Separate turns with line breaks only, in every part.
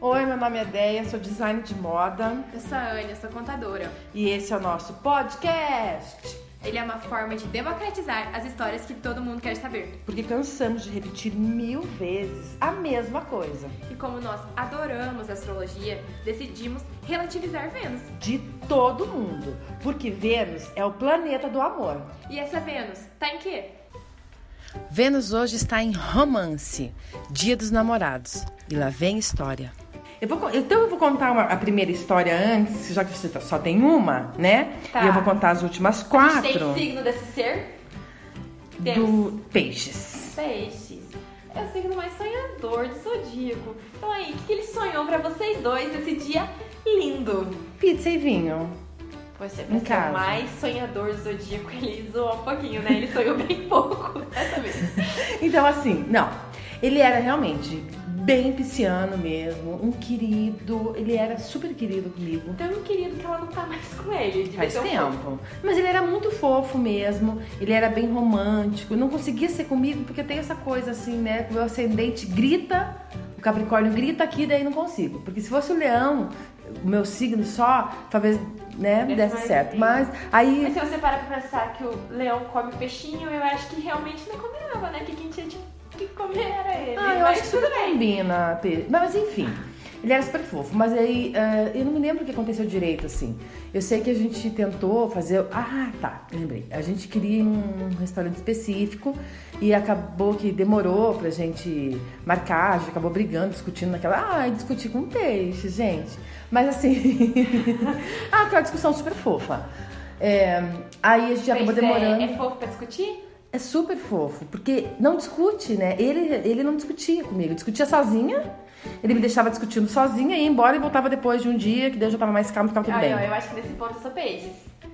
Oi, meu nome é Deia, sou designer de moda
Eu sou a Anne, eu sou contadora.
e esse é o nosso podcast.
Ele é uma forma de democratizar as histórias que todo mundo quer saber.
Porque cansamos de repetir mil vezes a mesma coisa.
E como nós adoramos astrologia, decidimos relativizar Vênus.
De todo mundo. Porque Vênus é o planeta do amor.
E essa Vênus tá em quê?
Vênus hoje está em romance, Dia dos Namorados. E lá vem história. Eu vou, con- então eu vou contar uma- a primeira história antes, já que você tá- só tem uma, né?
Tá.
E eu vou contar as últimas
A gente tem
quatro
signo desse ser? Temos
do Peixes.
peixes. É o signo mais sonhador do zodíaco. Então aí, o que, que ele sonhou pra vocês dois nesse dia lindo?
Pizza e vinho.
Você
Em
é
casa.
o mais sonhador do zodíaco, ele zoou um pouquinho, né? Ele sonhou bem pouco dessa vez.
Então, assim, não. Ele era realmente bem pisciano mesmo, um querido. Ele era super querido comigo.
Tão querido que ela não tá mais com ele. devia
Faz
ter um
tempo. Mas ele era muito fofo mesmo, ele era bem romântico, não conseguia ser comigo porque tem essa coisa assim, né? O meu ascendente grita, o Capricórnio grita aqui, daí não consigo. Porque se fosse o Leão, o meu signo só, talvez, né,
Desse
desse
é mais
certo.
bem.
Mas aí
Mas se você parar pra pensar que o leão come peixinho, eu acho que realmente não combinava, né? Que quem tinha que comer era ele.
Ah, eu
Mas
acho que isso não combina, Pedro. Mas enfim, ele era super fofo. Mas aí, eh, eu não me lembro o que aconteceu direito, assim. Eu sei que a gente tentou fazer... Ah, tá, lembrei. A gente queria ir num restaurante específico e acabou que demorou pra gente marcar. A gente acabou brigando, discutindo naquela... Ah, discutir com peixe, gente. Mas assim... ah, aquela discussão super fofa. É, aí a gente acabou
peixe
demorando.
É, é fofo pra discutir?
É super fofo, porque não discute, né? Ele, ele não discutia comigo, discutia sozinha. Ele me deixava discutindo sozinha, ia embora e voltava depois de um dia, que daí eu já tava mais calmo, ficava tudo
Ai,
bem.
ó, eu acho que nesse ponto eu sou peixes.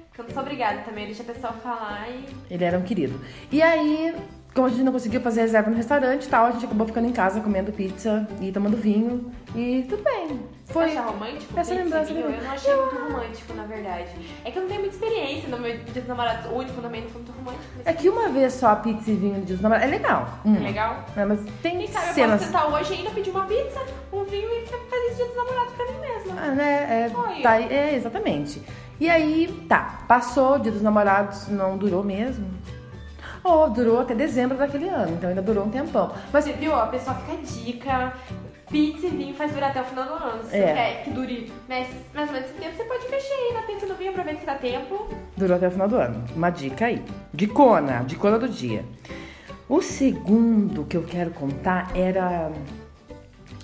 Porque eu não sou obrigada também, deixa a pessoa falar e.
Ele era um querido. E aí, como a gente não conseguiu fazer reserva no restaurante e tal, a gente acabou ficando em casa comendo pizza e tomando vinho. E tudo bem. Foi.
Você acha romântico?
Essa
Sim,
lembrança
sim,
me
eu,
lembra-
eu não achei muito romântico, na verdade. É que eu não tenho muita experiência no meu dia dos namorados. O único também não foi muito romântico, mas
É que uma vez só pizza e vinho de namorado. É legal. Hum.
é legal.
É, mas tem
Quem sabe eu
cenas.
posso sentar hoje ainda, pedir uma pizza, um vinho e fazer esse dia dos namorados pra mim mesma.
Ah, né? É,
Foi.
tá, é, exatamente. E aí, tá, passou o dia dos namorados, não durou mesmo. Ou durou até dezembro daquele ano, então ainda durou um tempão. Mas
Você assim, viu? A pessoa fica dica. Pizza e vinho faz durar até o final do ano. Se
É.
você quer que dure mais, mais ou menos esse tempo, você pode mexer aí na pizza do vinho, aproveita que dá tempo.
durou até o final do ano. Uma dica aí. Dicona, dicona do dia. O segundo que eu quero contar era.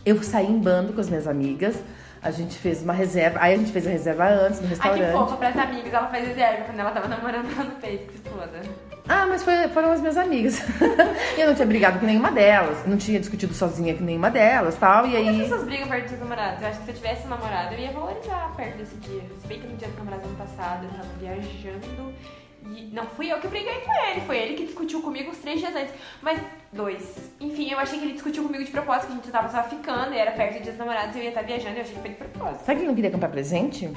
Eu saí em bando com as minhas amigas. A gente fez uma reserva. Aí a gente fez a reserva antes no
Ai, que
restaurante.
fofa pras amigas, ela faz reserva quando ela tava namorando, ela não fez, que se foda.
Ah, mas foi- foram as minhas amigas. eu não tinha brigado com nenhuma delas, não tinha discutido sozinha com nenhuma delas, tal. E
E as
aí
pessoas brigam perto dos namorados. Eu acho que se eu tivesse um namorado, eu ia valorizar perto desse dia. Se bem que no dia do namorado ano passado, eu tava viajando e não fui eu que briguei com ele, foi ele que discutiu comigo uns três dias antes. Mas dois. Enfim, eu achei que ele discutiu comigo de propósito, que a gente tava só ficando e era perto do dia dos namorados e eu ia estar viajando e eu achei que foi de propósito.
Sabe que ele não queria comprar presente?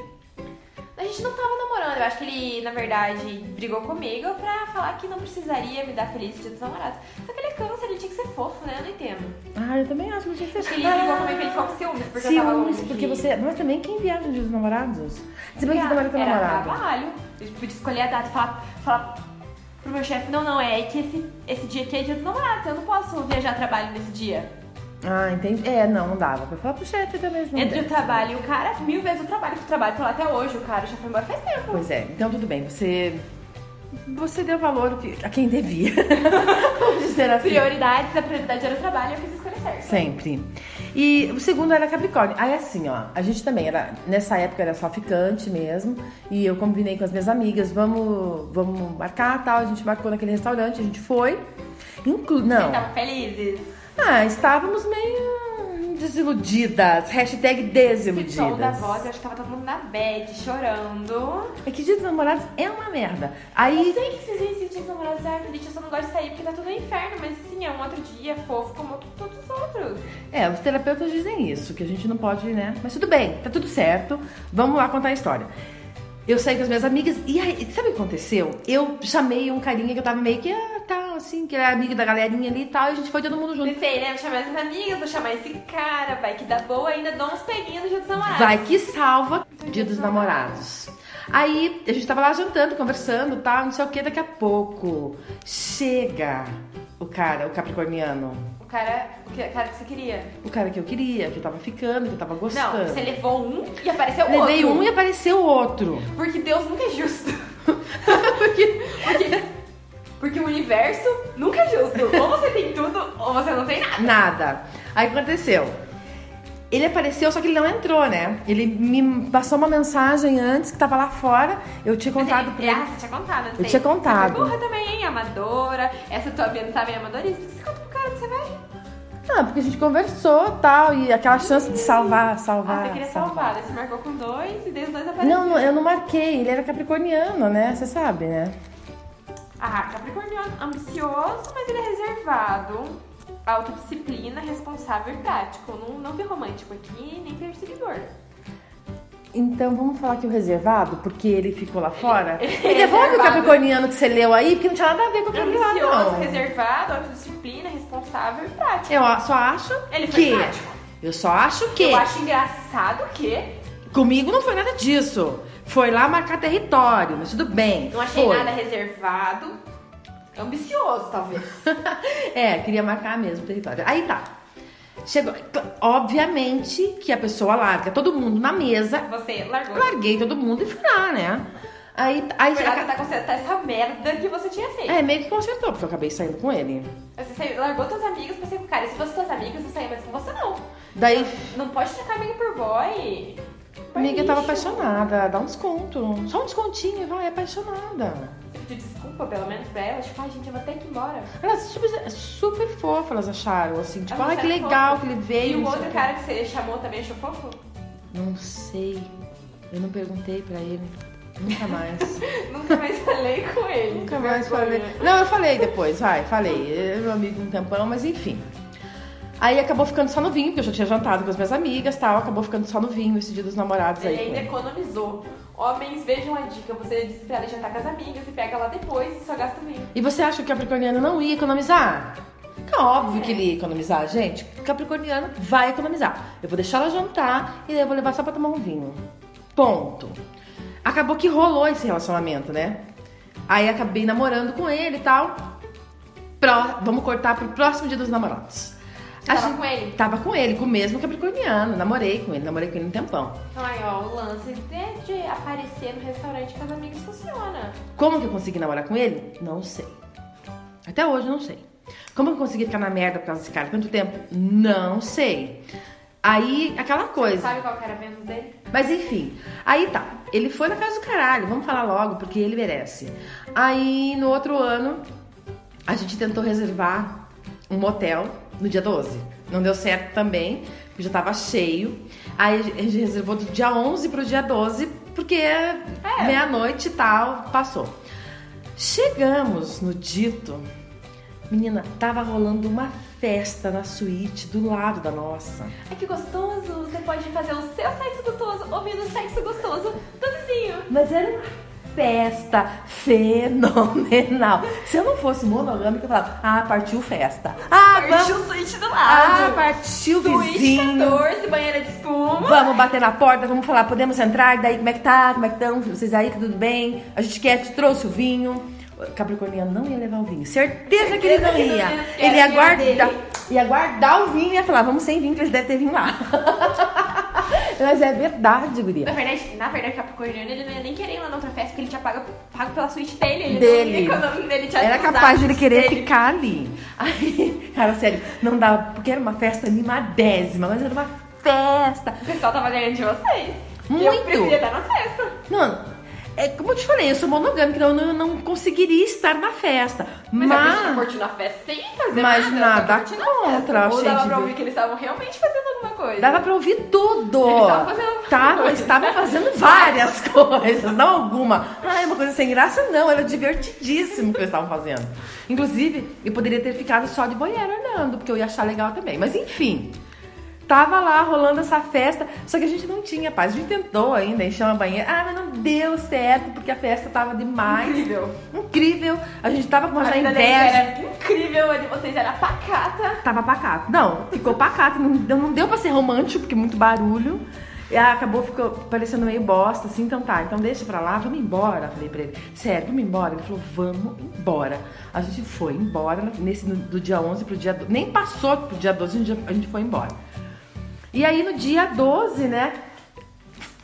A gente não tava namorando, eu acho que ele, na verdade, brigou comigo pra falar que não precisaria me dar feliz dia dos namorados. Só que ele é câncer, ele tinha que ser fofo, né? Eu não entendo.
Ah, eu também acho que tinha que assim.
Acho que ele brigou comigo, ele ficou com ciúmes, porque eu tava
Ciúmes,
longe.
porque você. Mas também quem viaja no dia dos namorados? Se bem que você trabalha com
Era
namorado.
trabalho. Eu tipo, podia escolher a data, falar, falar pro meu chefe, não, não, é que esse, esse dia aqui é dia dos namorados, eu não posso viajar a trabalho nesse dia.
Ah, entendi. É, não, não dava. Pra falar pro chefe também. não
Entre o
deve.
trabalho e o cara, mil vezes o trabalho, que o trabalho tá lá até hoje, o cara já foi embora faz tempo.
Pois é, então tudo bem, você. Você deu valor ao que- a quem devia. Vamos dizer assim.
Prioridades, a prioridade era o trabalho, eu fiz a escolha certa.
Sempre. E o segundo era Capricórnio. Aí assim, ó, a gente também era. Nessa época era só ficante mesmo. E eu combinei com as minhas amigas, vamos, vamos marcar tal. A gente marcou naquele restaurante, a gente foi. Inclu não.
Vocês estavam felizes.
Ah, estávamos meio desiludidas. Hashtag
O som da
desiludidas.
voz, eu acho que tava todo mundo na bed, chorando.
É que dia dos namorados é uma merda.
Eu
Aí.
sei que vocês vêm sentir os namorados, ah, Felipe, eu só não gosto de sair porque tá tudo no inferno, mas assim, é um outro dia, fofo, como todos os outros.
É, os terapeutas dizem isso, que a gente não pode, né? Mas tudo bem, tá tudo certo. Vamos lá contar a história. Eu saí com as minhas amigas e aí, sabe o que aconteceu? Eu chamei um carinha que eu tava meio que, ah, tá, assim, que era amiga da galerinha ali e tal, e a gente foi todo mundo junto.
Pensei, né? Vou chamar as minhas amigas, vou chamar esse cara, vai que dá boa, ainda dou uns peguinhos no dia dos namorados.
Vai que salva Dia dos Namorados. Aí a gente tava lá jantando, conversando, tal, não sei o que, daqui a pouco chega o cara, o capricorniano.
O cara, o que, o cara que você queria.
O cara que eu queria, que eu tava ficando, que eu tava gostando.
Não, você levou um e apareceu outro.
Levei um e apareceu outro.
Porque Deus nunca é justo. porque, porque... Porque o universo nunca é justo. Ou você tem tudo, ou você não tem nada.
Nada. Aí o que aconteceu? Ele apareceu, só que ele não entrou, né? Ele me passou uma mensagem antes que tava lá fora. Eu tinha contado pra
é,
ele.
Ah, você tinha contado. não
Eu
sei.
tinha contado.
Você foi burra também, hein? Amadora. Essa tua amiga não tá meio amadorista. Você conta pro cara que você vai.
Ah, porque a gente conversou tal, e aquela chance de salvar,
Ah,
salvar.
você queria salvar. Daí você marcou com dois e desde os dois apareceu.
Não, não, eu não marquei, ele era capricorniano, né? Você sabe, né?
Ah, Capricorniano ambicioso, mas ele é reservado. Autodisciplina, responsável e prático. Não, não vi romântico aqui, nem perseguidor.
Então vamos falar que o reservado, porque ele ficou lá fora. Me devolve o
reservado.
capricorniano que você leu aí, porque não tinha nada a ver com o capricorniano.
Ambicioso,
não.
reservado, autodisciplina, responsável e prático.
Eu a- só acho
Ele foi
que.
prático.
Eu só acho que.
Eu acho engraçado que.
Comigo não foi nada disso. Foi lá marcar território, mas tudo bem.
Não achei
foi.
nada reservado. Ambicioso, talvez.
é, queria marcar mesmo o território. Aí tá. Chegou. Obviamente que a pessoa larga todo mundo na mesa.
Você largou.
Larguei todo mundo e fui lá, né? Aí. aí
Foi lá tentar consertar essa merda que você tinha feito.
É, meio que consertou, porque eu acabei saindo com ele.
Você saiu- largou teus amigos pra sair com o cara. E se fosse teus amigos, eu saía mais com você, não.
Daí,
Não pode trocar amigo por boy. Por
amiga, eu tava
lixo.
apaixonada, dá um desconto. Só um descontinho, vai, apaixonada.
Você pediu desculpa, pelo menos, pra ela. Tipo, ai, gente, eu vou ter que ir embora.
Elas super, super fofas, elas acharam, assim, tipo,
Elas
ai, que
acharam
legal
fofo.
que ele
e
veio.
o
não sei
outro
quê.
cara que você chamou também achou fofo?
Não sei. Eu não perguntei pra ele. Nunca mais.
Nunca mais falei com ele.
Nunca
que
mais falei.
vergonha.
Não, eu falei depois, vai, falei. Ele é meu amigo um tempão, mas enfim. Aí acabou ficando só no vinho, porque eu já tinha jantado com as minhas amigas e tal. Acabou ficando só no vinho esse dia dos namorados aí.
Ele ainda economizou. Homens, vejam a dica. Você disse pra ela jantar com as amigas e pega lá depois e só gasta meio.
E você acha que o Capricorniano não ia economizar? É óbvio que ele ia economizar, gente. O Capricorniano vai economizar. Eu vou deixar ela jantar e daí eu vou levar só pra tomar um vinho. Ponto. Acabou que rolou esse relacionamento, né? Aí acabei namorando com ele e tal. Pró- Vamos cortar pro próximo dia dos namorados.
Você tava com ele?
Tava com ele, com o mesmo Capricorniano. Namorei com ele, namorei com ele um tempão.
Ai, ó, o lance de, de aparecer no restaurante com as amigas funciona.
Como que eu consegui namorar com ele? Não sei. Até hoje não sei. Como que eu consegui ficar na merda por causa desse cara tanto tempo? Não sei. Aí, aquela coisa.
Sabe qual que era a menos dele?
Mas enfim, aí tá. Ele foi na casa do caralho, vamos falar logo, porque ele merece. Aí, no outro ano, a gente tentou reservar um motel no dia 12. Não deu certo também, porque já tava cheio. Aí a gente reservou do dia 11 pro dia 12, porque meia-noite e tal, passou. Chegamos no dito. Menina, tava rolando uma festa na suíte do lado da nossa.
Ai, que gostoso! Você pode fazer o seu sexo gostoso ouvindo o sexo gostoso do vizinho.
Mas era uma festa fenomenal. Se eu não fosse monogâmica, eu falava, ah, partiu festa. Ah,
Partiu
vamos.
o suíte do
Ah,
lado.
partiu
suíte
vizinho.
14, banheira de espuma.
Vamos bater na porta, vamos falar, podemos entrar, E daí como é que tá, como é que estão, vocês aí, tudo bem? A gente quer, te trouxe o vinho. O Capricorniano não ia levar o vinho, certeza, que ele
Certeza
não
que não
ia.
ia, porque
Ele ia
era o vinho
guardar,
dele.
ia guardar o vinho e ia falar, vamos sem vinho, que eles devem ter vinho lá. Mas é verdade, guria.
Na verdade, na verdade, Capricorniano, ele não ia nem querer ir lá na outra festa, porque ele tinha pago, pago pela suíte dele. Ele
Dele.
Não, ia econom- ele tinha
Era
usado
capaz de ele
a suíte
querer
dele.
ficar ali. Aí, cara, sério, não dava, porque era uma festa mimadésima, mas era uma festa.
O pessoal tava ganhando de vocês.
Muito.
Eu preferia estar na festa.
Não, é como eu te falei, eu sou monogâmica, então eu não, não conseguiria estar na festa. Mas,
Mas, a gente curtiu na festa sem fazer
Mas
nada.
nada
só curtindo a festa.
contra,
Ou
achei
dava
de
pra
ver.
ouvir que eles estavam realmente fazendo alguma coisa.
dava pra ouvir tudo.
Eles estavam fazendo
Tava,
coisa.
estava fazendo várias coisas, não alguma. Ah, é uma coisa sem graça, não. Era divertidíssimo o que eles estavam fazendo. Inclusive, eu poderia ter ficado só de boiar olhando, porque eu ia achar legal também. Mas enfim. Tava lá rolando essa festa, só que a gente não tinha paz. A gente tentou ainda encher uma banheira. Ah, mas não deu certo, porque a festa tava demais.
Incrível.
Incrível. A gente tava com
A
uma
vida deles
inveja.
era incrível, a de vocês era pacata.
Tava pacato. Não, ficou pacato. Não, deu- não deu pra ser romântico, porque muito barulho. E ah, acabou ficou parecendo meio bosta, assim, então tá, então deixa pra lá, vamos embora. Falei pra ele, sério, vamos embora? Ele falou, vamos embora. A gente foi embora nesse, no- do dia 11 pro dia 12. Nem passou pro dia 12, a gente, a gente foi embora. E aí no dia 12, né?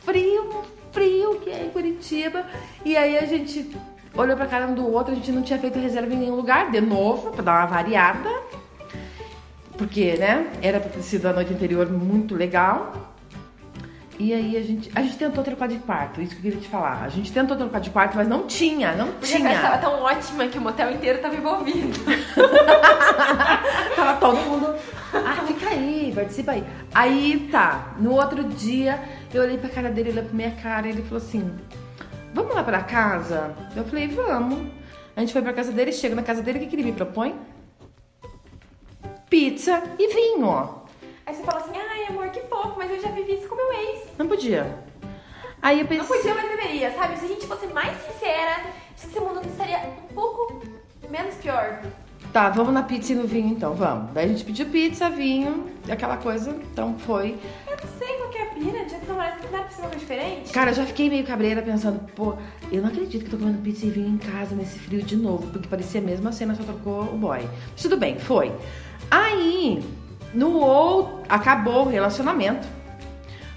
Frio, frio que é em Curitiba. E aí a gente olhou pra cara um do outro, a gente não tinha feito reserva em nenhum lugar, de novo, pra dar uma variada. Porque, né? Era pra ter sido a noite anterior muito legal. E aí a gente. A gente tentou trocar de quarto, isso que eu queria te falar. A gente tentou trocar de quarto, mas não tinha, não
Porque a festa tava
tinha.
tão ótima que o motel inteiro tava envolvido.
Tava todo mundo. Ah, fica aí, participa aí. Aí tá. No outro dia, eu olhei pra cara dele, ele olhou pra minha cara e ele falou assim: Vamos lá pra casa? Eu falei, vamos. A gente foi pra casa dele, chega na casa dele, o que, que ele me propõe? Pizza e vinho, ó.
Aí você fala assim, ai amor, que fofo, mas eu já vivi isso com meu ex.
Não podia. Aí eu pensei.
Não podia, mas deveria, sabe? Se a gente fosse mais sincera, acho que esse mundo estaria um pouco menos pior.
Tá, vamos na pizza e no vinho então, vamos. Daí a gente pediu pizza, vinho, aquela coisa, então foi.
Eu não sei qual que é a pira, dia dos namorados, não era possível diferente?
Cara, eu já fiquei meio cabreira pensando, pô, eu não acredito que eu tô comendo pizza e vinho em casa nesse frio de novo, porque parecia a mesma cena, só trocou o boy. Mas tudo bem, foi. Aí, no outro. Acabou o relacionamento.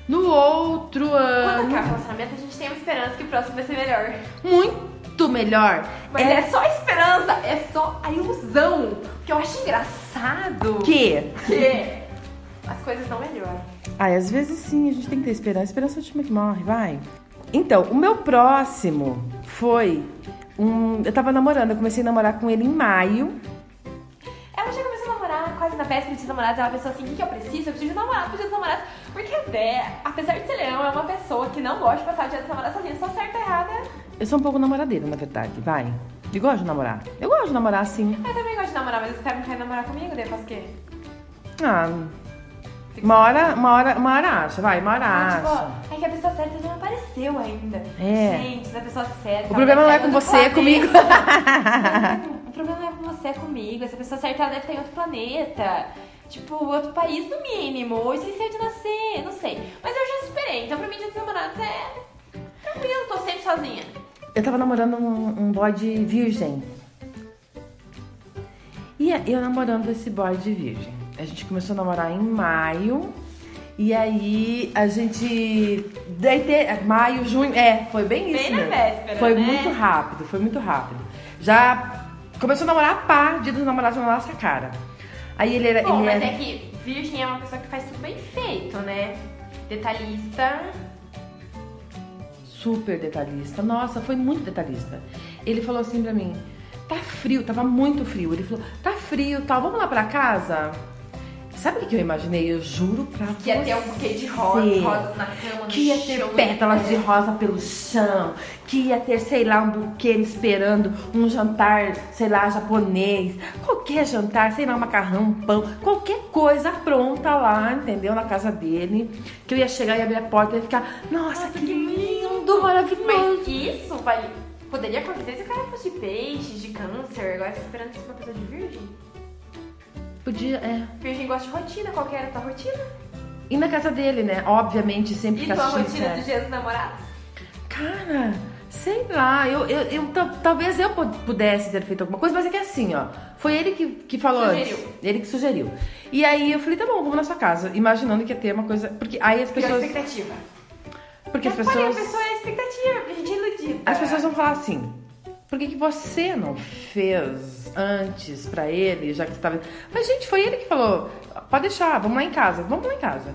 No outro
Quando
ano.
acaba o relacionamento, a gente tem uma esperança que o próximo vai ser melhor.
Muito melhor.
Mas é, só a esperança, é só a ilusão. O que eu acho engraçado é
que.
que as coisas não melhoram.
Ai, às vezes sim, a gente tem que ter esperança. Esperança é a última que morre, vai. Então, o meu próximo foi um. Eu tava namorando, eu comecei a namorar com ele em maio.
Ela já começou a namorar quase na véspera de namorados. Ela pensou assim: o que, que eu preciso? Eu preciso de um namorado pro dia dos namorados. Porque a Dé, apesar de ser leão, é uma pessoa que não gosta de passar o dia dos namorados sozinha. Só certa ou é errada.
Eu sou um pouco namoradeira, na verdade, vai. Eu gosto de namorar. Eu gosto de namorar assim.
Eu também gosto de namorar, mas os caras não querem namorar comigo, daí eu faço o quê?
Ah. Uma hora, uma hora, uma hora acha, vai, uma hora acha.
tipo, é que a pessoa certa não apareceu ainda.
É.
Gente, essa pessoa certa.
O problema não é
ela
com
deve estar
você, é
em outro
comigo.
planeta. o problema não é com você, é comigo. Essa pessoa certa ela deve estar em outro planeta. Tipo, outro país no mínimo. Ou esqueceu de nascer, não sei. Mas eu já superei, então pra mim, dia dos namorados é. Tranquilo, tô sempre sozinha.
Eu tava namorando um, um boy de virgem. E a- eu namorando esse boy de virgem. A gente começou a namorar em maio. E aí a gente. Daí te- Maio, junho. É, foi bem isso.
Bem na
mesmo.
véspera,
Foi
né?
muito rápido, foi muito rápido. Já começou a namorar a pá, dia dos namorados na nossa cara. Aí ele era.
Bom,
ele
mas
era-
é que virgem é uma pessoa que faz tudo bem feito, né? Detalhista.
super detalhista. Nossa, foi muito detalhista. Ele falou assim pra mim: tá frio, tava muito frio. Ele falou: tá frio, tal, vamos lá pra casa? Sabe o que eu imaginei? Eu juro pra
Que ia ter um buquê de rosas, rosas na cama, no
que ia
chão,
ter
no
pétalas de
teto.
rosa pelo chão, que ia ter, sei lá, um buquê me esperando, um jantar, sei lá, japonês, qualquer jantar, sei lá, um macarrão, um pão, qualquer coisa pronta lá, entendeu? Na casa dele, que eu ia chegar e abrir a porta e ia ficar, nossa, que, lindo, maravilhoso.
Mas isso vai. Poderia acontecer se o cara fosse de peixes, de câncer, agora tá esperando ser uma pessoa de virgem.
Podia, é.
Virgem gosta de rotina, qual que era a tua rotina?
E na casa dele, né? Obviamente, sempre
E
fica
tua
assistindo é.
rotina
série.
dos dias dos namorados?
Cara, sei lá, eu, eu, eu ta- talvez eu pu- pudesse ter feito alguma coisa, mas é que assim, ó, foi ele que, que falou
Sugeriu.
antes. Ele que sugeriu. E aí eu falei, tá bom, vamos na sua casa, imaginando que ia ter uma coisa. Porque aí as
Criou
pessoas.
é expectativa.
Porque as
Mas olha,
pessoas.
a pessoa é expectativa, porque a gente é iludida.
As pessoas vão falar assim. Por que, que você não fez antes pra ele, já que você tava. Mas, gente, foi ele que falou: pode deixar, vamos lá em casa, vamos lá em casa.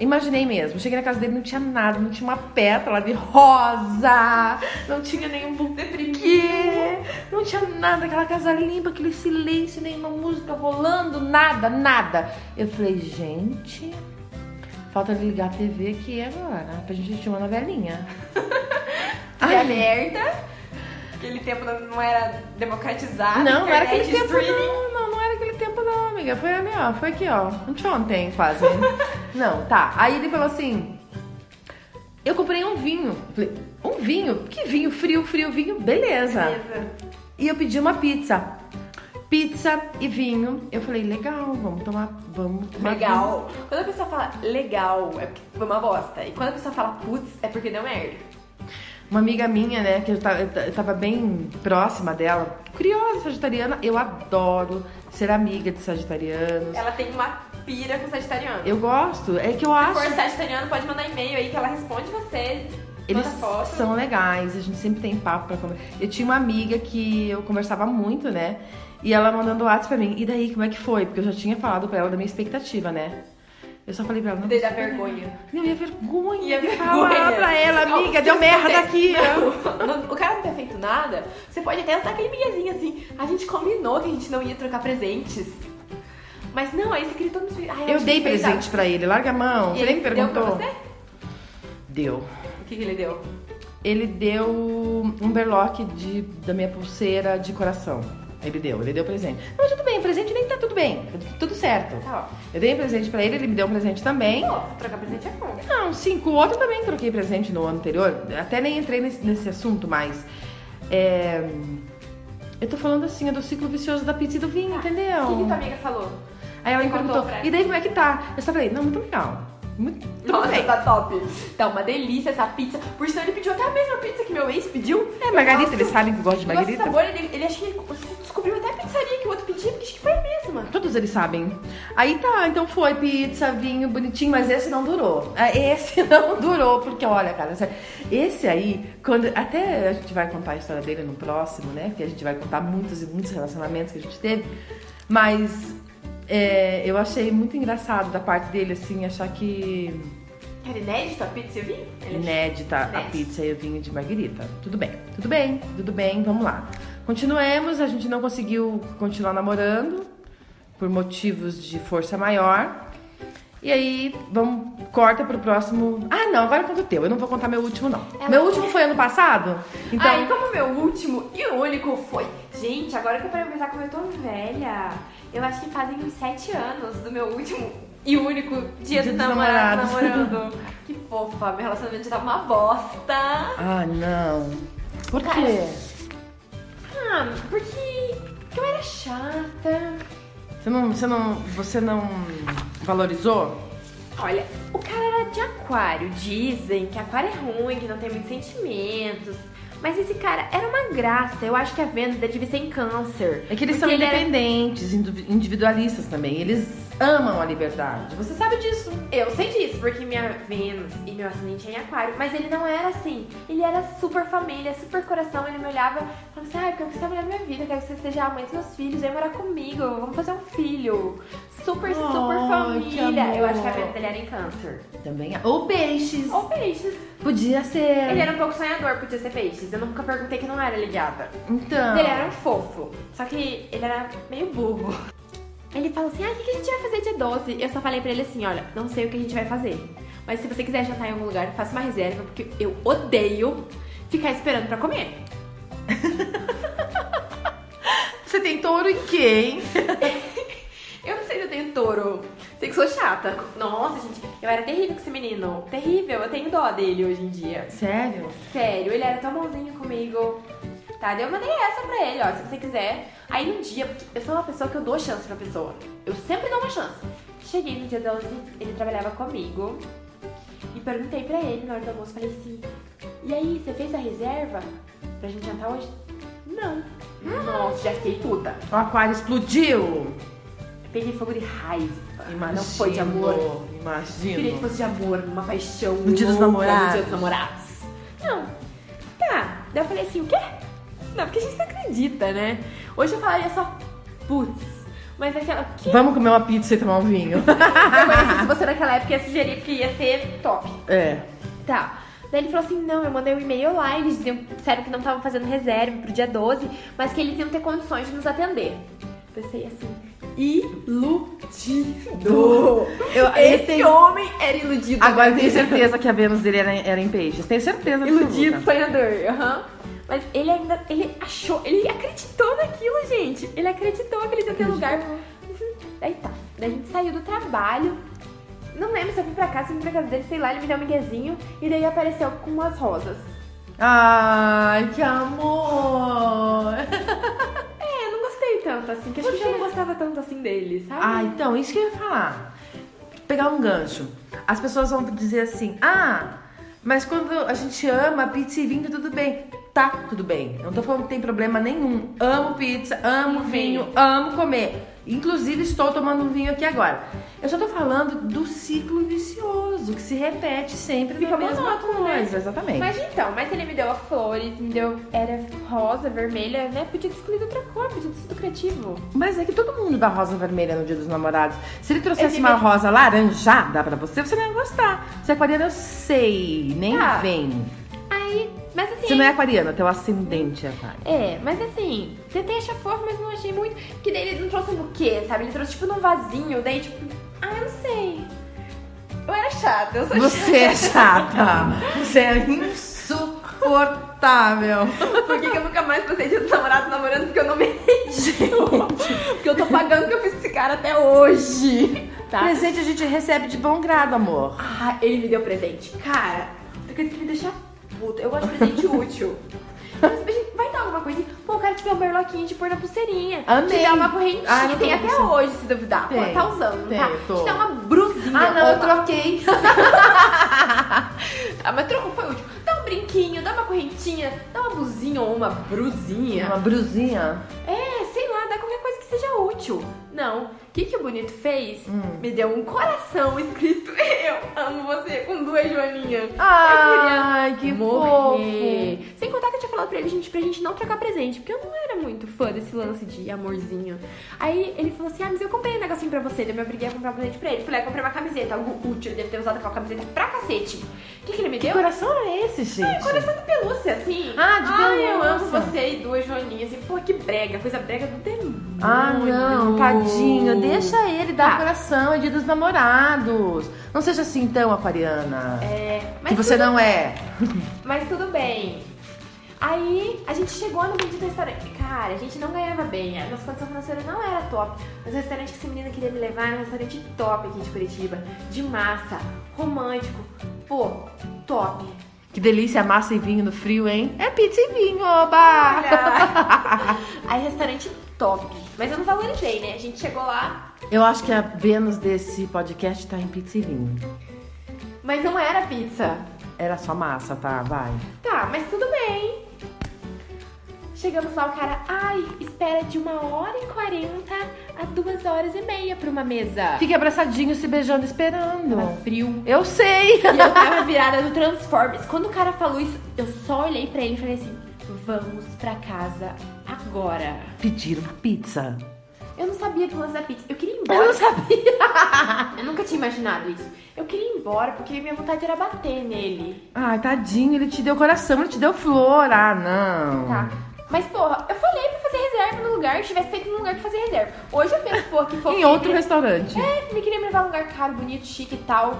Imaginei mesmo. Cheguei na casa dele, não tinha nada, não tinha uma pétala de rosa, não tinha nenhum buquê, não tinha nada, aquela casa limpa, aquele silêncio, nenhuma música rolando, nada, nada. Eu falei, gente, falta de ligar a TV aqui agora, pra gente assistir uma novelinha.
Que é aberta. Aquele tempo não era democratizado.
Não, não era
internet,
aquele tempo,
é streaming.
não, não, não era aquele tempo, não, amiga. amiga, foi ali, ó, foi aqui, ó. Anteontem, quase. Não, tá. Aí ele falou assim: Eu comprei um vinho. Falei, um vinho? Que vinho? Frio, frio, vinho,
É.
beleza.
Beleza.
E eu pedi uma pizza. Pizza e vinho. Eu falei, legal, vamos tomar. Vamos tomar vinho."
Legal. Quando a pessoa fala legal, é porque foi uma bosta. E quando a pessoa fala putz, é porque deu merda.
Uma amiga minha, né, que eu tava, eu ta- eu tava bem próxima dela, curiosa, sagitariana. Eu adoro ser amiga de sagitarianos.
Ela tem uma pira com sagitariano.
Eu gosto, é que eu
Se for
acho.
sagitariano, pode mandar e-mail aí que ela responde você.
Eles
manda foto.
são legais, a gente sempre tem papo pra conversar. Eu tinha uma amiga que eu conversava muito, né? E ela mandando WhatsApp pra mim. E daí, como é que foi? Porque eu já tinha falado pra ela da minha expectativa, né? Eu só falei pra ela, não.
Daí dá
consigo-
vergonha.
Não, minha vergonha.
E a
de
vergonha.
Falar pra ela,
Não,
amiga,
se
deu
você
merda
tem-
aqui.
Não, não, o cara não ter feito nada, você pode até dar aquele miguezinho assim. A gente combinou que a gente não ia trocar presentes. Mas não, é aí você queria todo mundo. Ai, a
Eu
gente
dei
fez
presente pra ele, larga a
a-
mão.
E
Você nem
ele
me
deu pra
perguntou.
você?
Deu.
O que, que ele deu?
Ele deu um berlock de, da minha pulseira de coração. Ele deu, ele deu presente. Mas tudo bem, presente nem tá tudo bem. Tudo certo.
Tá,
Eu dei um presente pra ele, ele me deu um presente também.
ó. Pô, trocar presente é bom.
Não, cinco. O outro também troquei presente no ano anterior. Até nem entrei nesse, nesse assunto, mas. é, Eu tô falando assim, é do ciclo vicioso da pizza e do vinho, entendeu?
O Tá. que, que tua amiga falou?
Aí ela me
Você contou
perguntou,
pra ela?
e daí como é que tá? Eu só falei, não, muito legal. Muito muito
Nossa,
bem.
tá top. Tá uma delícia essa pizza. Por sinal, ele pediu até a mesma pizza que meu ex pediu.
É, Margarita,
Nossa,
ele sabe que eu gosto de
Eu gosto desse
Margarita.
sabor, ele, ele acha que ele descobriu até a pizzaria que o outro pedia, porque acho que foi a mesma.
Todos eles sabem. Aí tá, então foi pizza, vinho, bonitinho, mas esse não durou. Ah, Esse não durou, porque olha, cara, sério, esse aí, quando. Até a gente vai contar a história dele no próximo, né? Porque a gente vai contar muitos e muitos relacionamentos que a gente teve. Mas é, eu achei muito engraçado da parte dele, assim, achar que
Era inédito a pizza e o vinho? Ele-
inédita a
Inédito.
pizza e o vinho de Margarita. Tudo bem, tudo bem, tudo bem, vamos lá. Continuemos, a gente não conseguiu continuar namorando por motivos de força maior. E aí, vamos, corta pro próximo. Ah, não, agora conta o teu. Eu não vou contar meu último, não.
Ela-
Meu último foi ano passado? Então.
Aí, como meu último e único foi. Gente, agora que eu parei pra pensar como eu tô velha. Eu acho que fazem uns sete anos do meu último e único
Dia
dia, dos
dos
namorados
namorados.
namorando. que fofa, meu relacionamento já tava uma bosta.
Ah, não. Por
Cara,
quê?
Ah, porque eu era chata.
Você não, você não, você não valorizou?
Olha, o cara era de aquário. Dizem que aquário é ruim, que não tem muitos sentimentos. Mas esse cara era uma graça. Eu acho que a Vênus dele devia ser em câncer.
É que eles
Porque
são
ele era-
independentes, indivi- individualistas também. Eles amam a liberdade. Você sabe disso.
Eu sei disso, porque minha Vênus e meu ascendente é em aquário. Mas ele não era assim. Ele era super família, super coração. Ele me olhava e falava assim, ah, eu quero que você seja a mulher da minha vida. Eu quero que você seja a mãe dos meus filhos. Vem morar comigo, vamos fazer um filho. Super, super
Ai,
família.
que
Eu acho que a
amor.
Vênus dele era em câncer.
Também. há- Ou peixes.
Ou peixes.
Podia ser.
Ele era um pouco sonhador, podia ser peixes. Eu nunca perguntei que não era ligada.
Então.
Ele era um fofo, só que ele era meio burro. Ele falou assim: ah, o que que a gente vai fazer dia 12? Eu só falei pra ele assim: olha, não sei o que a gente vai fazer. Mas se você quiser jantar em algum lugar, faça uma reserva, porque eu odeio ficar esperando pra comer.
Você tem touro em quem?
Eu não sei se eu tenho touro. Sei que sou chata. Nossa, gente, eu era terrível com esse menino. Terrível, eu tenho dó dele hoje em dia.
Sério?
Sério, ele era tão bonzinho comigo. Tá, daí eu mandei essa pra ele, ó, se você quiser. Aí num dia, porque eu sou uma pessoa que eu dou chance pra pessoa. Eu sempre dou uma chance. Cheguei no dia 12, ele trabalhava comigo. E perguntei pra ele na hora do almoço, falei assim, e aí, você fez a reserva pra gente jantar hoje? Não. Nossa, já fiquei puta.
O aquário explodiu.
Peguei fogo de raiva.
Imagina.
Não foi de amor. Queria que
Imagino.
fosse de amor, uma paixão.
No dia dos
louca,
namorados.
No dia dos namorados. Não. Tá. Daí eu falei assim, o quê? Não, porque a gente não acredita, né? Hoje eu falaria só, putz. Mas aquela, que
Vamos comer uma pizza e tomar um vinho.
assim, se você naquela época ia sugerir que ia ser top.
é.
Tá. Daí ele falou assim, não, eu mandei um e-mail lá, eles diziam, disseram que não estavam fazendo reserva pro dia 12, mas que eles iam ter condições de nos atender. Pensei assim, iludido.
Eu,
Esse
eu tenho...
homem era iludido.
Agora eu tenho certeza que a Vênus dele era, era em peixes. Tenho certeza absoluta.
Iludido, sonhador, aham. Mas ele ainda, ele achou, ele acreditou naquilo, gente. Ele acreditou que ele ia ter lugar. Uhum. Daí tá. Daí a gente saiu do trabalho. Não lembro se eu fui pra casa, se eu fui pra casa dele, sei lá, ele me deu um miguezinho. E daí apareceu com umas rosas.
Ai, que amor!
É, eu não gostei tanto assim, que acho que eu já não gostava tanto assim dele, sabe?
Ah, então, isso que eu ia falar. Pegar um gancho. As pessoas vão dizer assim: ah, mas quando a gente ama pizza e vinho, tudo bem. Tá, tudo bem. Eu não tô falando que tem problema nenhum. Amo pizza, amo vinho, amo comer. Inclusive, estou tomando um vinho aqui agora. Eu só tô falando do ciclo vicioso, que se repete sempre
Fica
na mesma
monótono, né?
coisa. Exatamente.
Mas então, mas ele me deu as flores, me deu. Era rosa, vermelha, né? Podia ter escolhido outra cor, podia ter sido criativo.
Mas é que todo mundo dá rosa vermelha no dia dos namorados. Se ele trouxesse
Esse
uma
mesmo.
rosa laranjada pra você, você não ia gostar. Você é aquariana, eu sei, nem
Tá.
vem.
Aí, mas assim.
Você não é aquariana, teu ascendente é aquário.
É, mas assim, tentei achar fofo, mas não achei muito. Porque daí ele não trouxe no quê, sabe? Ele trouxe tipo num vasinho, daí tipo. Ah, eu não sei. Eu era chata, eu sou
Você é chata. Você é insuportável.
chata. Por que, que eu nunca mais passei de namorado namorando? Porque eu não mereci. porque eu tô pagando o que eu fiz esse cara até hoje. Tá?
Presente a gente recebe de bom grado, amor.
Ah, ele me deu presente. Cara, tem coisa que me deixa puta. Eu gosto de presente útil. Mas, gente, Vai dar alguma coisa? Pô, o cara te deu um berloquinho de pôr na pulseirinha.
Amei.
Te dá uma correntinha.
Ah, não
tem
tô
até
usando.
hoje, se duvidar.
Tem,
Pô, tá usando, não
tem,
tá?
tô. Ah,
Te dá uma brusinha. Ó,
troquei.
Ah, mas troco foi útil. Dá um brinquinho, dá uma correntinha, dá uma blusinha ou uma brusinha.
Uma brusinha.
É, sei lá, dá qualquer coisa que seja útil. Não. O que, que o bonito fez?
Hum.
Me deu um coração escrito Eu amo você com duas joaninhas.
Ai, que
Morrer.
fofo.
Sem contar que eu tinha falado pra ele, gente, pra gente não trocar presente, porque eu não era muito fã desse lance de amorzinho. Aí ele falou assim: ah, mas eu comprei um negocinho pra você, daí eu me obriguei a comprar um presente pra ele. Falei, ah, comprei uma camiseta, algo útil, ele deve ter usado aquela camiseta pra cacete. O que, que ele me
Que
deu?
coração é esse, gente?
Coração de pelúcia, assim.
Ah, de
Ai, eu amo
pelúcia.
você e duas joaninhas. E, pô, que brega, coisa brega do demônio.
Ah, não, tadinho. Deixa ele dar
Tá.
coração, é dia dos namorados. Não seja assim tão aquariana.
É, mas
que você não é.
Mas tudo bem. Aí a gente chegou no bendito restaurante. Cara, a gente não ganhava bem. A nossa condição financeira não era top. Mas o restaurante que essa menina queria me levar era um restaurante top aqui de Curitiba. De massa, romântico. Pô, top.
Que delícia, massa e vinho no frio, hein? É pizza e vinho, oba!
Olha. Aí restaurante top. Mas eu não valorizei, né? A gente chegou lá,
Eu acho que a Vênus desse podcast tá em pizza e vinho.
mas não era pizza.
Era só massa, tá? Vai.
Tá, mas tudo bem. Chegamos lá, o cara, ai, espera de uma hora e quarenta a duas horas e meia pra uma mesa.
Fique abraçadinho, se beijando, esperando.
Tava Tá frio.
Eu sei!
E eu tava virada no Transformers. Quando o cara falou isso, eu só olhei pra ele e falei assim: vamos pra casa agora.
Pediram pizza.
Eu não sabia que o lance da pizza. Eu queria ir
Eu não
embora.
sabia.
Eu nunca tinha imaginado isso. Eu queria ir embora porque minha vontade era bater nele.
Ai, tadinho, ele te deu coração, ele te deu flor. Ah, não.
Tá. Mas, porra, eu falei pra fazer reserva no lugar, se tivesse feito num lugar pra fazer reserva. Hoje eu penso, porra, que fofinho.
Em outro restaurante.
Tá. É, ele queria me levar a um lugar caro, bonito, chique e tal.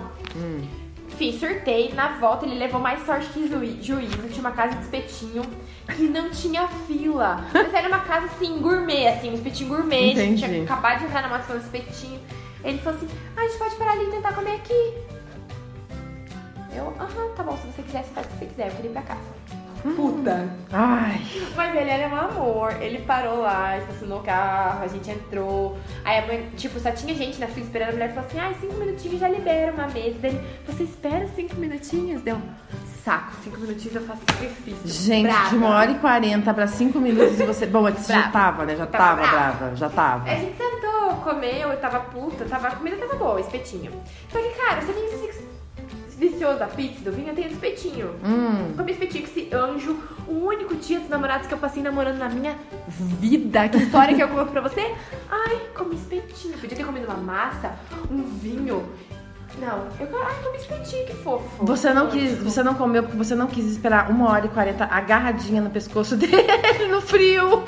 Enfim, surtei. Na volta ele levou mais sorte que zui- juízo. Tinha uma casa de espetinho que não tinha fila. Mas era uma casa assim, gourmet, assim, um espetinho gourmet. A gente
Entendi.
tinha acabado de entrar na maçã do espetinho. Ele falou assim: ah, a gente pode parar ali e tentar comer aqui. Eu, aham, tá bom, se você quiser, você faz o que você quiser, eu queria ir pra casa. Puta!
Ai.
Mas ele era um amor, ele parou lá, estacionou o carro, a gente entrou. Aí a mãe, tipo, só tinha gente na fila esperando, a mulher falou assim, ai, cinco minutinhos já libera uma mesa dele. Você espera cinco minutinhos? Deu um saco, cinco minutinhos eu faço sacrifício.
Gente,
Brava.
de uma hora e quarenta pra cinco minutos e você. Bom, é que você já
Brava.
tava, né? Já tava,
Tava brava.
brava, já tava.
A gente sentou, comeu, eu tava puta, tava, a comida tava boa, espetinho. Só que, cara, você tem esse vicioso da pizza, do vinho, eu tenho um espetinho.
Hum.
Comi espetinho com esse anjo, o único dia dos namorados que eu passei namorando na minha vida. Que história que eu conto pra você? Ai, comi espetinho. Podia ter comido uma massa, um vinho. Não, eu ai, comi espetinho, que fofo.
Você não
Fofo.
quis, você não comeu porque você não quis esperar uma hora e quarenta agarradinha no pescoço dele no frio.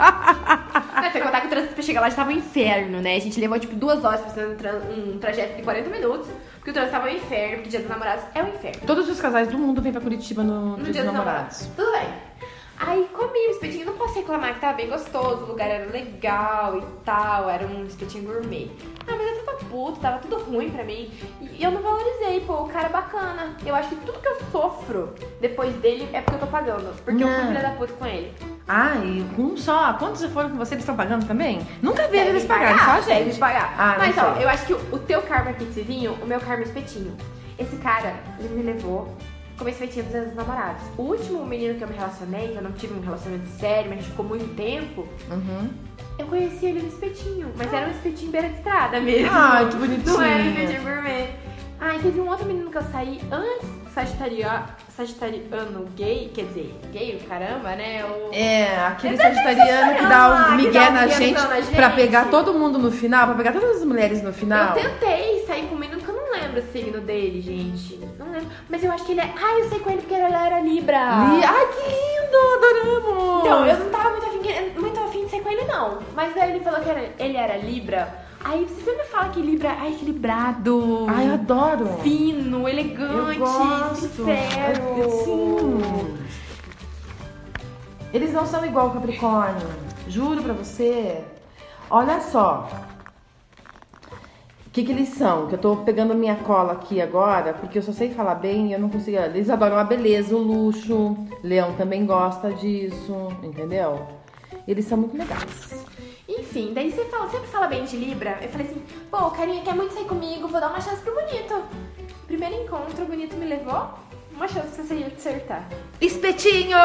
Ah, Sem contar que o trânsito pra chegar lá já tava um inferno, né? A gente levou tipo duas horas pra fazer um, tran- um trajeto de 40 minutos, porque o trânsito tava um inferno, porque o dia dos namorados é um inferno.
Todos os casais do mundo vêm pra Curitiba no,
No
Dia dos Namorados.
Tudo bem. Aí comi o espetinho, não posso reclamar que tava bem gostoso, o lugar era legal e tal, era um espetinho gourmet. Ah, mas eu tava puto, tava tudo ruim pra mim. E eu não valorizei, pô, o cara é bacana. Eu acho que tudo que eu sofro depois dele é porque eu tô pagando. Porque eu
Não.
fui filha da puta com ele.
Ah, e um só. Quantos já foram com você? Eles estão pagando também? Nunca vi eles
Devem
pagarem, só a
devem
gente.
pagar.
Ah, não
Mas ó,
sei.
eu acho que o o teu karma é pizzizinho, o meu karma é espetinho. Esse cara, ele me levou, comer espetinho é dos meus namorados. O último menino que eu me relacionei, que eu não tive um relacionamento sério, mas a gente ficou muito tempo,
Uhum.
eu conheci ele no espetinho. Mas era um espetinho beira de estrada mesmo.
Ai, que bonitinho.
Não era um espetinho gourmet. Ah, e teve um outro menino que eu saí antes, sagitaria- sagitariano gay, quer dizer, gay, o caramba, né? O...
É, aquele
Exatamente,
sagitariano que dá um
que
migué
dá um
na
miguezão
gente
na gente.
pra pegar todo mundo no final, pra pegar todas as mulheres no
Eu
final.
tentei sair com um menino que eu não lembro o signo dele, gente. Não lembro. Mas eu acho que ele é. Ah, eu sei com ele porque ela era Libra.
Li- Ah! Ai, que lindo! Adoramos!
Então, eu não tava muito afim, que- muito afim de sair com ele, não. Mas daí ele falou que era- ele era Libra. Aí você sempre fala que Libra é equilibrado.
Ai, eu adoro!
Fino, elegante,
Eu gosto. É,
sincero.
Sim. Eles não são igual o Capricórnio. Juro pra você. Olha só. O que, que eles são? Que eu tô pegando minha cola aqui agora, porque eu só sei falar bem e eu não consigo. Eles adoram a beleza, o luxo. Leão também gosta disso, entendeu? Eles são muito legais.
Enfim, daí você fala, sempre fala bem de Libra. Eu falei assim, pô, o carinha quer muito sair comigo, vou dar uma chance pro bonito. Primeiro encontro, o bonito me levou. Uma chance pra você acertar.
Espetinho!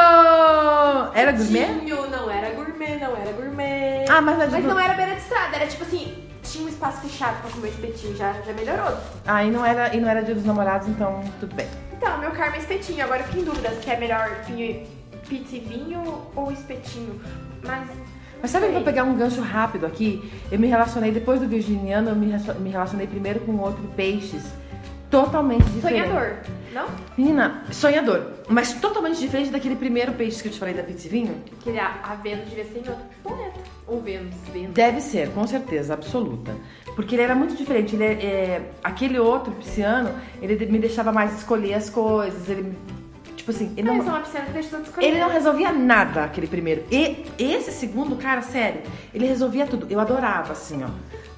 Era gourmet?
Tinho, não era gourmet, não era gourmet.
Ah, mas,
Mas não é- era beira de estrada, era tipo assim, tinha um espaço fechado pra comer espetinho, já, já melhorou.
Ah, e não era, e não era dia dos namorados, então tudo bem.
Então, meu karma é espetinho, agora eu fico em dúvida se é melhor pi- pizza e vinho ou espetinho. Mas.
Mas sabe que
Sei.
pra pegar um gancho rápido aqui, eu me relacionei depois do virginiano, eu me relacio- me relacionei primeiro com outro peixes, totalmente diferente.
Sonhador, não?
Menina, sonhador, mas totalmente diferente daquele primeiro peixe que eu te falei da pizza e vinho.
Aquele a, a Vênus devia ser em outro planeta. Ou Vênus, Vênus.
Deve ser, com certeza, absoluta. Porque ele era muito diferente. Ele é, é, aquele outro pisciano, ele de- me deixava mais escolher as coisas. Ele, me- tipo assim, ele
Não,
não,
eles são Ah, uma piscina que deixa todos
Ele não resolvia nada, aquele primeiro. E esse segundo, cara, sério, ele resolvia tudo. Eu adorava, assim, ó.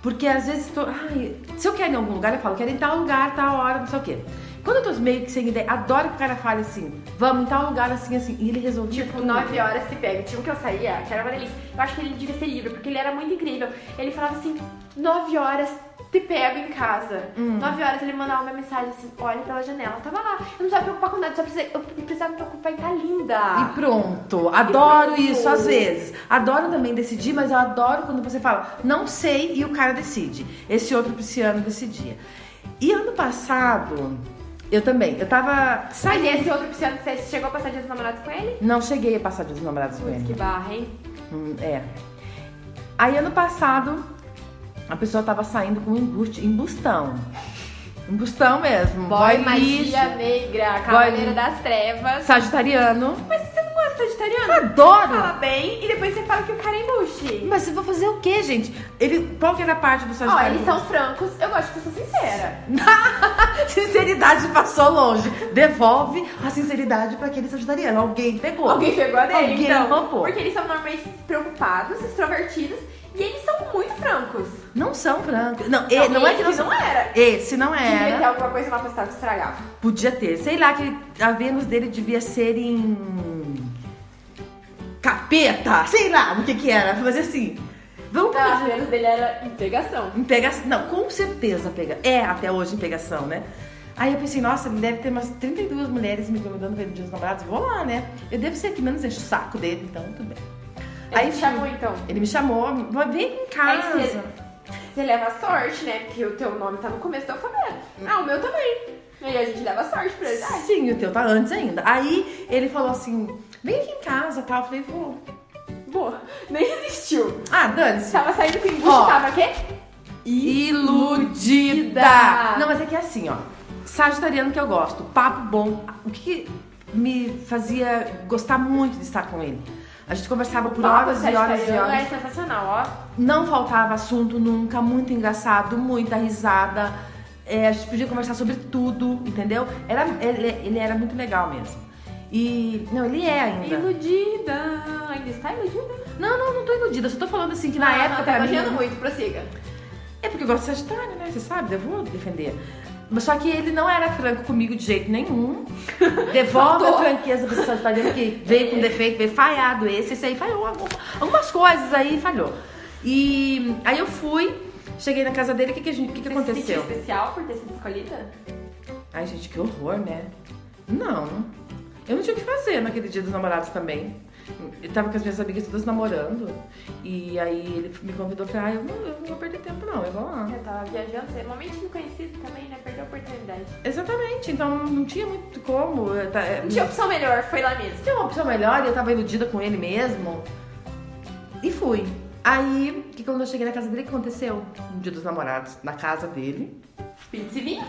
Porque às vezes, tô, ai, se eu quero ir em algum lugar, eu falo, quero ir em tal lugar, tal hora, não sei o quê. Quando eu tô meio que sem ideia, adoro que o cara fale assim, vamos em tal lugar, assim, assim. E ele resolvia
Tipo,
tudo.
9 horas se pega. Tinha um que eu saía, que era uma delícia. Eu acho que ele devia ser livre, porque ele era muito incrível. Ele falava assim, 9 horas te pego em casa.
Hum.
9 horas ele mandava uma mensagem assim, olha pela janela. Eu tava lá, eu não precisava me preocupar com nada, só precisava, eu precisava me preocupar em estar
E
linda.
pronto, adoro
pronto.
isso às vezes. Adoro também decidir, mas eu adoro quando você fala, não sei, e o cara decide. Esse outro pisciano decidia. E ano passado, eu também, eu tava
Mas e
saindo.
esse outro pisciano, você chegou a passar dias namorados com ele?
Não cheguei a passar dias namorados com
Putz, que
ele.
barra, hein?
Hum, É. Aí ano passado, a pessoa tava saindo com um embuste, embustão. Embustão mesmo. Um
Boy,
lixo,
magia negra, cavaleiro das trevas.
Sagitariano.
Mas você não gosta de italiano?
Adoro!
Fala bem e depois você fala que o cara é embuste.
Mas eu vou fazer o quê, gente? Ele, qual que era a parte do
Ó,
Sagitariano?
eles são francos, eu gosto de pessoa sincera.
Sinceridade passou longe. Devolve a sinceridade pra aquele Sagitariano. Alguém pegou.
Alguém pegou a dele,
Alguém
então.
roubou.
Porque eles são normalmente preocupados, extrovertidos e eles são muito francos.
Não são francos. Não, e- não, é que não
esse
são.
não era.
Esse não era.
Devia ter alguma coisa lá pra estar que estragava.
Podia ter. Sei lá, que a Vênus dele devia ser em. Capeta! Sei lá o que que era. Mas assim. Vamos
Não, a
pra.
menos dele era em pegação.
Em pegação. Não, com certeza pega. É até hoje em pegação, né? Aí eu pensei, nossa, deve ter umas 32 mulheres me convidando pra ir no dia dos namorados. Vou lá, né? Eu devo ser a que menos enche o saco dele, então tudo bem.
Ele Aí chamou então.
Ele me chamou, "Mas vem em casa.
Aí você, você leva a sorte, né? Porque o teu nome tá no começo do alfabeto. Ah, o meu também. Aí a gente leva a sorte pra ele. Ah,
Sim, o teu tá antes ainda. Aí ele falou assim, vem aqui em casa tal. Eu falei, vou.
boa. Nem resistiu.
Ah, dane-se.
Tava saindo com embuste,
Ó.
tava o quê?
Iludida!
Iludida.
Não, mas é que é assim, ó. Sagitariano que eu gosto, papo bom. O que que me fazia gostar muito de estar com ele? A gente conversava por horas e horas e
Sagitariano
horas.
É sensacional, ó.
Não faltava assunto nunca, muito engraçado, muita risada. É, a gente podia conversar sobre tudo, entendeu? Era, ele, ele era muito legal mesmo. E. Não, ele é ainda.
Iludida! Ainda está iludida?
Não, não, não tô iludida. Só tô falando assim que na
Ah,
época
tá
pra mim.
elogiando muito, prossiga.
É porque eu gosto de Sagitário, né? Você sabe, eu vou defender. Mas só que ele não era franco comigo de jeito nenhum. Devolve a
Faltou.
franqueza pro Sagitário que veio com defeito, veio falhado esse, esse aí falhou. algum- Algumas coisas aí falhou. E aí eu fui, cheguei na casa dele, o que, que, a gente- o que, que
Você se sentiu assim?
aconteceu?
especial por ter sido escolhida?
Ai, gente, que horror, né? Não. Eu não tinha o que fazer naquele dia dos namorados também. Eu tava com as minhas amigas todas namorando. E aí ele me convidou pra. Ah, eu não, eu não vou perder tempo, não, eu vou lá.
Eu tava viajando, você é momento conhecido também, né? Perdeu a oportunidade.
Exatamente, então não tinha muito como. eu ta- é,
Não tinha opção melhor, foi lá mesmo.
tinha uma opção melhor e eu tava iludida com ele mesmo. E fui. Aí, que quando eu cheguei na casa dele, o que aconteceu? No dia dos namorados, na casa dele.
Pizza e vinho.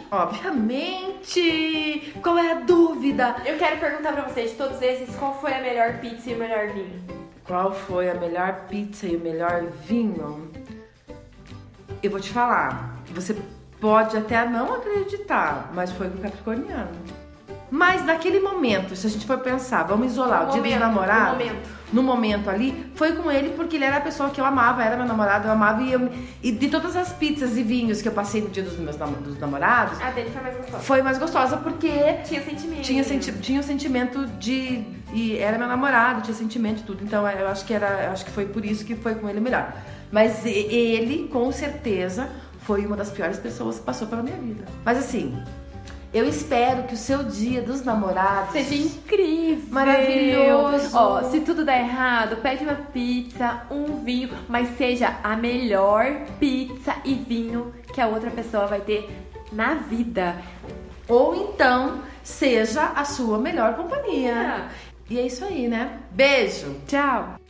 Obviamente! Qual é a dúvida?
Eu quero perguntar pra vocês, de todos esses, qual foi a melhor pizza e o melhor vinho?
Qual foi a melhor pizza e o melhor vinho? Eu vou te falar. Você pode até não acreditar, mas foi com o Capricorniano. Mas naquele momento, se a gente for pensar, vamos
Ah,
isolar o, dia dos namorados.
no momento.
no momento ali, foi com ele porque ele era a pessoa que eu amava, era meu namorado, eu amava e, eu- e de todas as pizzas e vinhos que eu passei no dia dos meus nam- dos namorados,
A Ah, dele foi mais gostosa.
foi mais gostosa porque
Tinha sentimento.
tinha, senti tinha o sentimento de e era meu namorado, tinha sentimento e tudo, então eu acho que era, eu acho que foi por isso que foi com ele melhor. Mas e- ele, com certeza, foi uma das piores pessoas que passou pela minha vida. Mas assim, eu espero que o seu dia dos namorados
Seja incrível.
Maravilhoso.
Ó, se tudo der errado, pede uma pizza, um vinho, mas seja a melhor pizza e vinho que a outra pessoa vai ter na vida.
Ou então,
Ah.
seja a sua melhor companhia. E é isso aí, é né? Beijo!
Tchau.